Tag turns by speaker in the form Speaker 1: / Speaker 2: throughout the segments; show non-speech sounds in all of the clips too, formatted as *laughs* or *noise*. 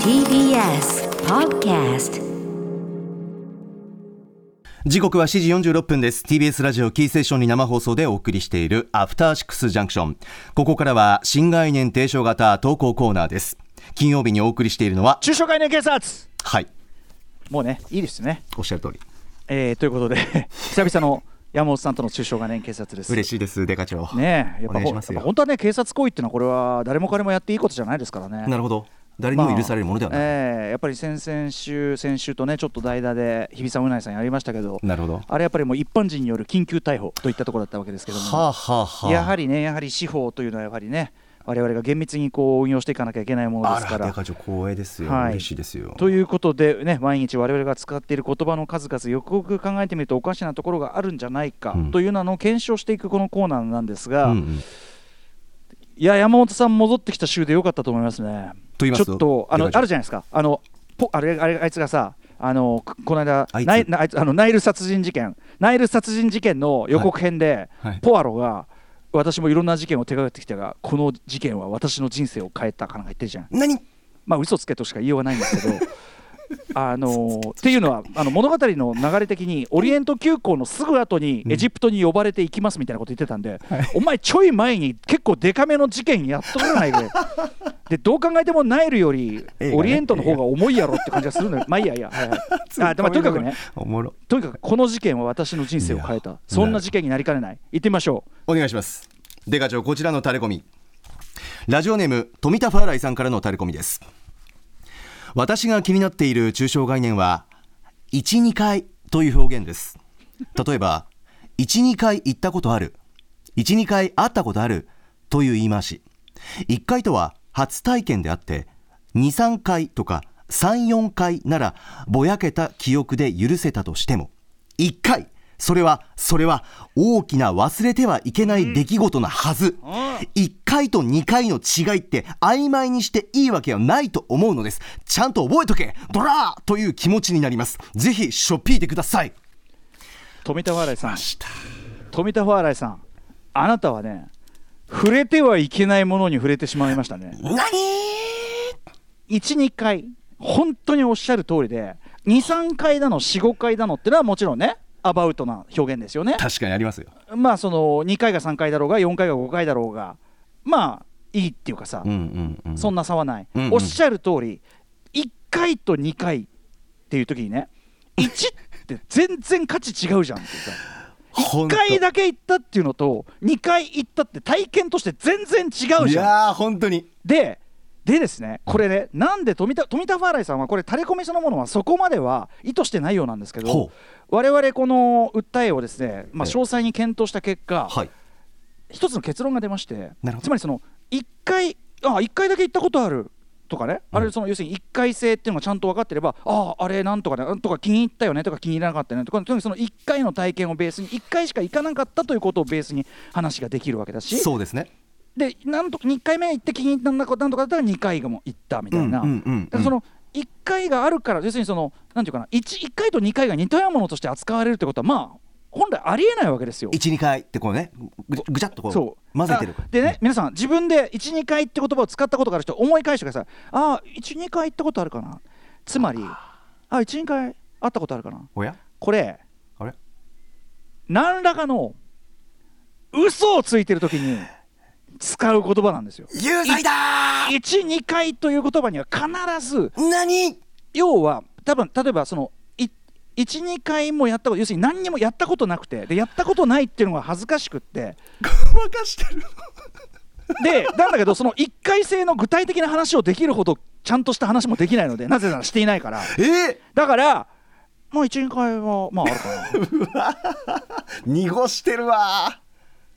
Speaker 1: TBS Podcast
Speaker 2: 時刻は7時46分です TBS ラジオキーステーションに生放送でお送りしているアフターシックスジャンクションここからは新概念提唱型投稿コーナーです金曜日にお送りしているのは
Speaker 3: 中小概念警察
Speaker 2: はい
Speaker 3: もうねいいですね、
Speaker 2: おっしゃる通り
Speaker 3: えーということで *laughs* 久々の山本さんとの中小概念警察です
Speaker 2: 嬉しいですデカ長
Speaker 3: ねえやっ
Speaker 2: お
Speaker 3: ぱ
Speaker 2: 願いし
Speaker 3: ほや
Speaker 2: ま
Speaker 3: っ
Speaker 2: す
Speaker 3: ぱ
Speaker 2: よ
Speaker 3: 本当はね警察行為っていうのはこれは誰も彼もやっていいことじゃないですからね
Speaker 2: なるほど誰にも許されるものではない、
Speaker 3: ええやっぱり先々週先週とねちょっと代打で日比さんうないさんやりましたけど
Speaker 2: なるほどは
Speaker 3: あれやっぱりもう一般人による緊急逮捕といったところだったわけですけども、
Speaker 2: あ、はあはあ、
Speaker 3: やはりねやはり司法というのはやはりね我々が厳密にこう運用していかなきゃいけないもの
Speaker 2: あ
Speaker 3: ですから
Speaker 2: デ
Speaker 3: ら
Speaker 2: カ長光栄ですよ、
Speaker 3: はい
Speaker 2: 嬉しいですよ
Speaker 3: ということで、ね、毎日我々が使っている言葉の数々よくよく考えてみるとおかしなところがあるんじゃないか
Speaker 2: うん
Speaker 3: というのを検証していくこのコーナーなんですが、
Speaker 2: うんうん
Speaker 3: いや山本さん戻ってきた週でよかったと思いますね。
Speaker 2: と言います
Speaker 3: ち
Speaker 2: と
Speaker 3: ょっとあの
Speaker 2: 出川
Speaker 3: あるじゃないですかあのポあれあれあいつがさあのくこの間
Speaker 2: あいつ
Speaker 3: ナイなあいつあのナイル殺人事件ナイル殺人事件の予告編で、
Speaker 2: はいはい
Speaker 3: ポアロが私もいろんな事件を手掛けてきたがこの事件は私の人生を変えたかなんか言ってるじゃん。
Speaker 2: 何
Speaker 3: まあ嘘つけとしか言いようがないんですけどあのーっていうのはあの物語の流れ的にオリエント急行のすぐ後にエジプトに呼ばれていきますみたいなこと言ってたんで、お前ちょい前に結構デカめの事件やっとらないででどう考えてもナイルより
Speaker 2: 映画ね
Speaker 3: オリエントの方が重いやろって感じがするのよまあいいやいいや、はいはい、あでもとにかくね
Speaker 2: おもろ
Speaker 3: とにかくこの事件は私の人生を変え
Speaker 2: いや
Speaker 3: たそんな事件になりかねない行ってみましょう
Speaker 2: お願いしますデカ長こちらのタレコミラジオネーム富田ファーライさんからのタレコミです私が気になっている抽象概念は12回という表現です例えば12回行ったことある12回会ったことあるという言い回し1回とは初体験であって23回とか34回ならぼやけた記憶で許せたとしても1回それはそれは大きな忘れてはいけない出来事なはず、1回と2回の違いって曖昧にしていいわけはないと思うのですちゃんと覚えとけドラーという気持ちになりますぜひしょっぴいてください
Speaker 3: 富田笑いさん富田笑いさんあなたはね触れてはいけないものに触れてしまいましたね
Speaker 2: 何
Speaker 3: 12回本当におっしゃる通りで23回だの45回だのってのはもちろんねアバウトな表現ですよね
Speaker 2: 確かにありますよ
Speaker 3: まあその2回が3回だろうが4回が5回だろうがまあいいっていうかさ、
Speaker 2: うんうんうん
Speaker 3: そんな差はない、
Speaker 2: うんうん
Speaker 3: おっしゃる通り1回と2回っていう時にね1って全然価値違うじゃんってさ1
Speaker 2: 本当
Speaker 3: 回だけ行ったっていうのと2回行ったって体験として全然違う
Speaker 2: い
Speaker 3: じゃん
Speaker 2: やー本当に
Speaker 3: ででですねこれねなんで富田富田ファーライさんはこれタレコミそのものはそこまでは意図してないようなんですけど
Speaker 2: ほ
Speaker 3: 我々この訴えをですね、まあ、
Speaker 2: ええ
Speaker 3: 詳細に検討した結果、
Speaker 2: はい
Speaker 3: 一つの結論が出まして
Speaker 2: なるほど
Speaker 3: つまりその1回あ一回だけ行ったことあるとかね、あれその要するに1回性っていうのがちゃんと分かってればあああれなんとかねなんとか気に入ったよねとか気に入らなかったよねとかとにかくその1回の体験をベースに1回しか行かなかったということをベースに話ができるわけだし
Speaker 2: そうですね
Speaker 3: でなんと2回目行って気に入ったんだなんとかだったら2回も行ったみたいな、
Speaker 2: うんうんうんうん
Speaker 3: だからその1回があるから要するにそのなんていうかな 1, 1回と2回が似たようなものとして扱われるってことはまあ本来ありえないわけですよ。
Speaker 2: 12回ってこうねぐぐちゃっとこ
Speaker 3: そう
Speaker 2: う混ぜてる
Speaker 3: あでね皆さん自分で12回って言葉を使ったことがある人思い返してくださいああ12回行ったことあるかなつまりああ12回会ったことあるかな
Speaker 2: おや
Speaker 3: これ
Speaker 2: あれ
Speaker 3: 何らかの嘘をついてる時に使う言葉なんですよ。
Speaker 2: 有罪だー
Speaker 3: 12回という言葉には必ず
Speaker 2: 何
Speaker 3: 要は多分例えばその12回もやったこと要するに何にもやったことなくてでやったことないっていうのが恥ずかしくって
Speaker 2: ごまかしてる
Speaker 3: でなんだけどその1回性の具体的な話をできるほどちゃんとした話もできないのでなぜならしていないから
Speaker 2: えー、
Speaker 3: だからまあ12回はまあある
Speaker 2: *laughs*
Speaker 3: かな
Speaker 2: 濁してるわ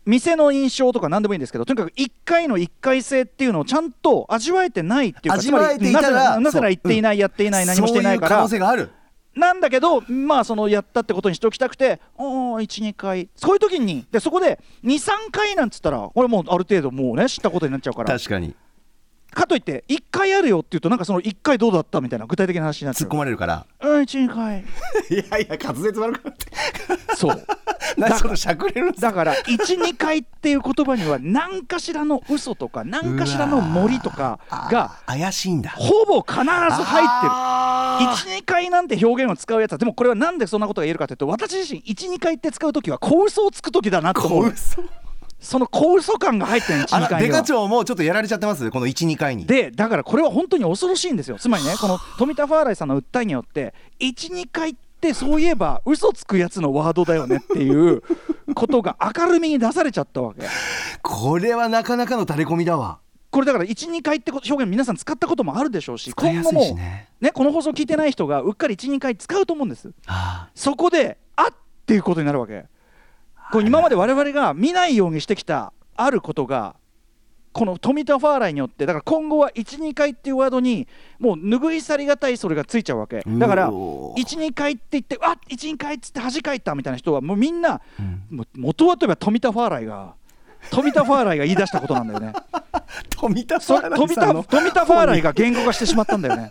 Speaker 3: 店の印象とか何でもいいんですけどとにかく1回の1回性っていうのをちゃんと味わえてないっていうか
Speaker 2: 味わえていたら
Speaker 3: つまりなぜななぜなら
Speaker 2: そう
Speaker 3: 言っていない、やっていない何もしていない
Speaker 2: そ
Speaker 3: か
Speaker 2: ういう可
Speaker 3: ら
Speaker 2: 能性がある
Speaker 3: なんだけど、まあ、そのやったってことにしておきたくて、おー、1、2回、そういう時に、でそこで2、3回なんつったら、これもうある程度、もうね、知ったことになっちゃうから、
Speaker 2: 確かに
Speaker 3: かといって、1回あるよっていうと、なんかその1回どうだったみたいな具体的な話になっち
Speaker 2: 突
Speaker 3: ゃ
Speaker 2: っ込
Speaker 3: う。
Speaker 2: まれるから
Speaker 3: うん、1、2回。
Speaker 2: いやいや滑舌悪くなって
Speaker 3: そう。
Speaker 2: *laughs* 何そのしゃくれるんです
Speaker 3: だから、1、2回っっていう言葉には何かしらの嘘とか何かしらの森とかが
Speaker 2: あ怪しいんだ
Speaker 3: ほぼ必ず入ってる。
Speaker 2: あー
Speaker 3: 12回なんて表現を使うやつはでもこれはなんでそんなことが言えるかというと私自身12回って使う時は小嘘をつく時だなと思
Speaker 2: こ
Speaker 3: う
Speaker 2: うそう
Speaker 3: その小嘘感が入ってる
Speaker 2: あ
Speaker 3: 12
Speaker 2: ら
Speaker 3: 回
Speaker 2: デ
Speaker 3: には
Speaker 2: カ長もちょっとやられちゃってますこの12回に
Speaker 3: でだからこれは本当に恐ろしいんですよつまりねこの富田ファーライさんの訴えによって12回ってそういえば嘘つくやつのワードだよねっていうことが明るみに出されちゃったわけ
Speaker 2: これはなかなかの垂れ込みだわ
Speaker 3: これだから12回って表現皆さん使ったこともあるでしょうし
Speaker 2: 使い
Speaker 3: 今
Speaker 2: や
Speaker 3: 後
Speaker 2: すい
Speaker 3: も
Speaker 2: しね
Speaker 3: ねこの放送聞いてない人がうっかり12回使うと思うんです
Speaker 2: あ
Speaker 3: そこであっていうことになるわけこう今まで我々が見ないようにしてきたあることがこの富田ファーライによってだから今後は12回っていうワードにもう拭い去りがたいそれがついちゃうわけだから
Speaker 2: うおー
Speaker 3: 12回って言ってあ12回っつって恥かいたみたいな人はもうみんな、
Speaker 2: ん
Speaker 3: もう元はといえば富田ファーライが富田ファーライが言い出したことなんだよね
Speaker 2: 富田
Speaker 3: そ
Speaker 2: さん
Speaker 3: 富田
Speaker 2: の
Speaker 3: 富田ファーライが言語化してしまったんだよね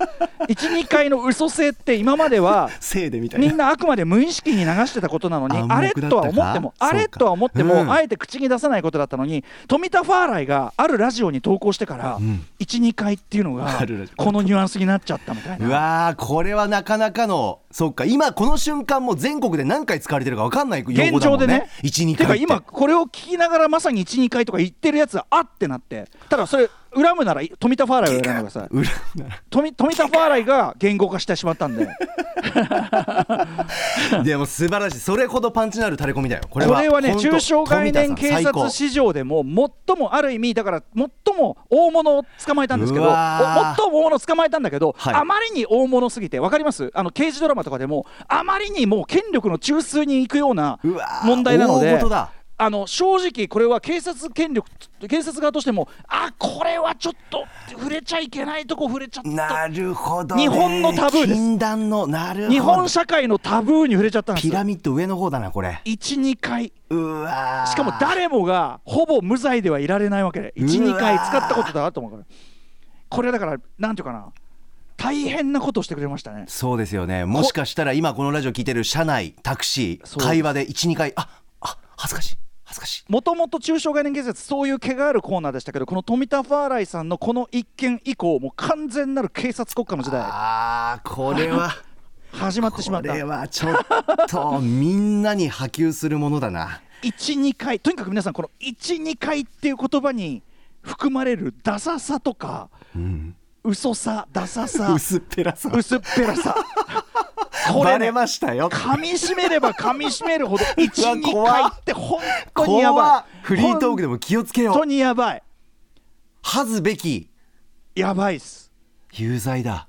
Speaker 3: 12回の嘘性って今までは
Speaker 2: せいでみたい
Speaker 3: みん
Speaker 2: な
Speaker 3: なあくまで無意識に流してたことなのに
Speaker 2: 暗
Speaker 3: あれ
Speaker 2: 黙だったか
Speaker 3: とは思ってもあ
Speaker 2: そ
Speaker 3: れ
Speaker 2: うか
Speaker 3: とは思って
Speaker 2: う
Speaker 3: も
Speaker 2: ん
Speaker 3: あえて口に出さないことだったのに富田ファーライがあるラジオに投稿してから
Speaker 2: ん
Speaker 3: 12回っていうのが
Speaker 2: あるラジオ
Speaker 3: このニュアンスになっちゃったみたいうな。
Speaker 2: わーこれはなかなかのそっか今この瞬間もう全国で何回使われてるか分かんない *laughs* 用語だもんね
Speaker 3: 現状でね。
Speaker 2: 12
Speaker 3: て
Speaker 2: 回
Speaker 3: か
Speaker 2: って
Speaker 3: 今これを聞きながらまさに12回とか言ってるやつはあってなってただそれ恨むなら富田ファーライを恨んでください
Speaker 2: 裏
Speaker 3: 富富田ファーライが言語化してしまったんで
Speaker 2: でも素晴らし *laughs* いそれほどパンチのある垂れ込みだよこ
Speaker 3: こ
Speaker 2: れ
Speaker 3: れ
Speaker 2: は
Speaker 3: はね
Speaker 2: 本当
Speaker 3: 中小概念
Speaker 2: 富田
Speaker 3: 警
Speaker 2: さん最高
Speaker 3: 察史上でも最もある意味だから最も大物を捕まえたんですけど
Speaker 2: う
Speaker 3: お
Speaker 2: わー
Speaker 3: 最も大物を捕まえたんだけど、
Speaker 2: はい
Speaker 3: あまりに大物すぎてわかりますあの刑事ドラマとかでもあまりにもう権力の中枢に行くような
Speaker 2: うわー
Speaker 3: 問題なの
Speaker 2: 大
Speaker 3: で
Speaker 2: 事。だ
Speaker 3: あの正直、これは警察権力警察側としてもあこれはちょっと触れちゃいけないとこ触れちゃった
Speaker 2: なるほどね、
Speaker 3: 日本のタブーです
Speaker 2: 禁断のなるほど
Speaker 3: 日本社会のタブーに触れちゃったんです
Speaker 2: ピ
Speaker 3: よ
Speaker 2: ラミッド上の方だなこれ
Speaker 3: 12回
Speaker 2: うわー
Speaker 3: しかも誰もがほぼ無罪ではいられないわけで
Speaker 2: う
Speaker 3: 12
Speaker 2: わー
Speaker 3: 回使ったことだなと思うからこれだからなんていうかな大変なことをしてくれましたね
Speaker 2: そうですよねもしかしたら今このラジオ聞いてる車内タクシ
Speaker 3: そ
Speaker 2: ー
Speaker 3: うです
Speaker 2: 会話で12回ああ恥ずかしい恥ずかしい
Speaker 3: もともと中小概念建設そういう毛があるコーナーでしたけどこの富田ファーライさんのこの一件以降もう完全なる警察国家の時代
Speaker 2: あーこれは
Speaker 3: 始まってしま
Speaker 2: こ
Speaker 3: った
Speaker 2: れはちょっとみんなに波及するものだな
Speaker 3: 12回とにかく皆さんこの12回っていう言葉に含まれるダサさとか、嘘さダサさ
Speaker 2: 薄っぺらさ
Speaker 3: 薄っぺらさこ
Speaker 2: バレ
Speaker 3: れね
Speaker 2: ましたよ
Speaker 3: 噛み締めれば噛み締めるほど
Speaker 2: わ
Speaker 3: 12
Speaker 2: 怖
Speaker 3: 回
Speaker 2: い
Speaker 3: って本当にやば
Speaker 2: 怖
Speaker 3: い
Speaker 2: フリートークでも気をつけよ
Speaker 3: 本当
Speaker 2: う
Speaker 3: にやばい
Speaker 2: 恥ずべき
Speaker 3: やばいっす
Speaker 2: 有罪だ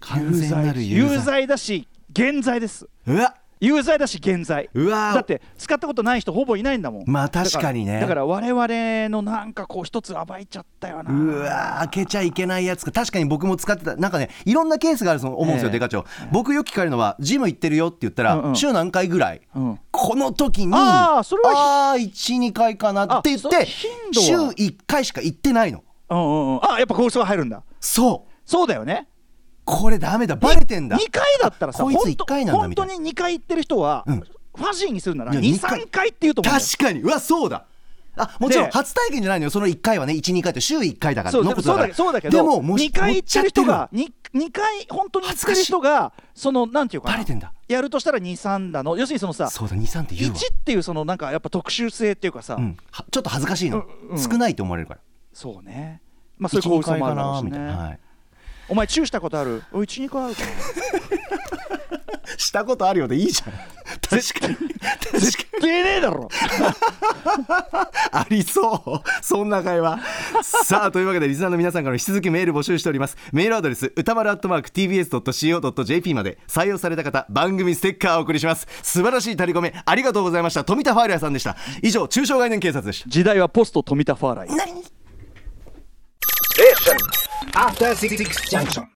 Speaker 2: 完全なる有罪
Speaker 3: 有罪だし現在です
Speaker 2: うわ
Speaker 3: 有罪だし現在
Speaker 2: うわ
Speaker 3: だって使ったことない人ほぼいないんだもん
Speaker 2: まあ確かにね
Speaker 3: だからだから我々のなんかこう一つ暴いちゃったよな
Speaker 2: うわ開けちゃいけないやつか確かに僕も使ってたなんかねいろんなケースがあると思うんですよ、
Speaker 3: ええ
Speaker 2: デカ長僕よく聞かれるのはジム行ってるよって言ったら、
Speaker 3: うんうん
Speaker 2: 週何回ぐらい、
Speaker 3: うん
Speaker 2: この時に
Speaker 3: あーそれは
Speaker 2: あ12回かなって言っ
Speaker 3: あそ
Speaker 2: て
Speaker 3: 頻
Speaker 2: 週
Speaker 3: 度は
Speaker 2: 1回しか行ってないの
Speaker 3: うんうんうんあやっぱ交渉が入るんだ
Speaker 2: そう
Speaker 3: そうだよね
Speaker 2: これダメだバレてんだ
Speaker 3: 2回だったらさ
Speaker 2: こいつ
Speaker 3: 本
Speaker 2: 一
Speaker 3: 当
Speaker 2: 回なんだ
Speaker 3: 本
Speaker 2: みた
Speaker 3: 当
Speaker 2: いな
Speaker 3: に2回言ってる人は、
Speaker 2: うん
Speaker 3: ファジーにするなら
Speaker 2: いや二回
Speaker 3: 23回って言うと思うんだよ
Speaker 2: 確かにうわそうだあもちろん
Speaker 3: で
Speaker 2: 初体験じゃないのよその1回はね12回と週1回だから
Speaker 3: そう
Speaker 2: の
Speaker 3: で
Speaker 2: こ
Speaker 3: も
Speaker 2: と
Speaker 3: そう
Speaker 2: か
Speaker 3: だ
Speaker 2: ら
Speaker 3: そうだけ
Speaker 2: で
Speaker 3: ど
Speaker 2: ももし
Speaker 3: 2回行ってる人が 2, 二回本当に行ってる人がそのなんていうかな
Speaker 2: バレてんだ
Speaker 3: やるとしたら23だの要するにそのさ
Speaker 2: そうだ23って言うわ、
Speaker 3: 1っていうそのなんかやっぱ特殊性っていうかさ、
Speaker 2: うん、はちょっと恥ずかしいの、
Speaker 3: うん
Speaker 2: 少ないと思われるから
Speaker 3: そうねまあそういう
Speaker 2: 12
Speaker 3: 構想
Speaker 2: 回
Speaker 3: もあ
Speaker 2: か
Speaker 3: るだろう
Speaker 2: な
Speaker 3: し
Speaker 2: みたい
Speaker 3: ね、
Speaker 2: な、はい、
Speaker 3: お前チューしたことあるおい12回ある
Speaker 2: *laughs*
Speaker 3: かな
Speaker 2: したことあるよでいいじゃん *laughs* 確
Speaker 3: *laughs*
Speaker 2: かに確かに
Speaker 3: 出ねえだろ
Speaker 2: *laughs* ありそうそんな会話さあというわけでリスナーの皆さんからの引き続きメール募集しておりますメールアドレス歌丸アットマーク TBS.CO.JP まで採用された方番組ステッカーをお送りします素晴らしいタリコメありがとうございました富田ファイラーさんでした以上中小概念警察でした
Speaker 3: 時代はポスト富田ファーライ
Speaker 4: After Six Junction.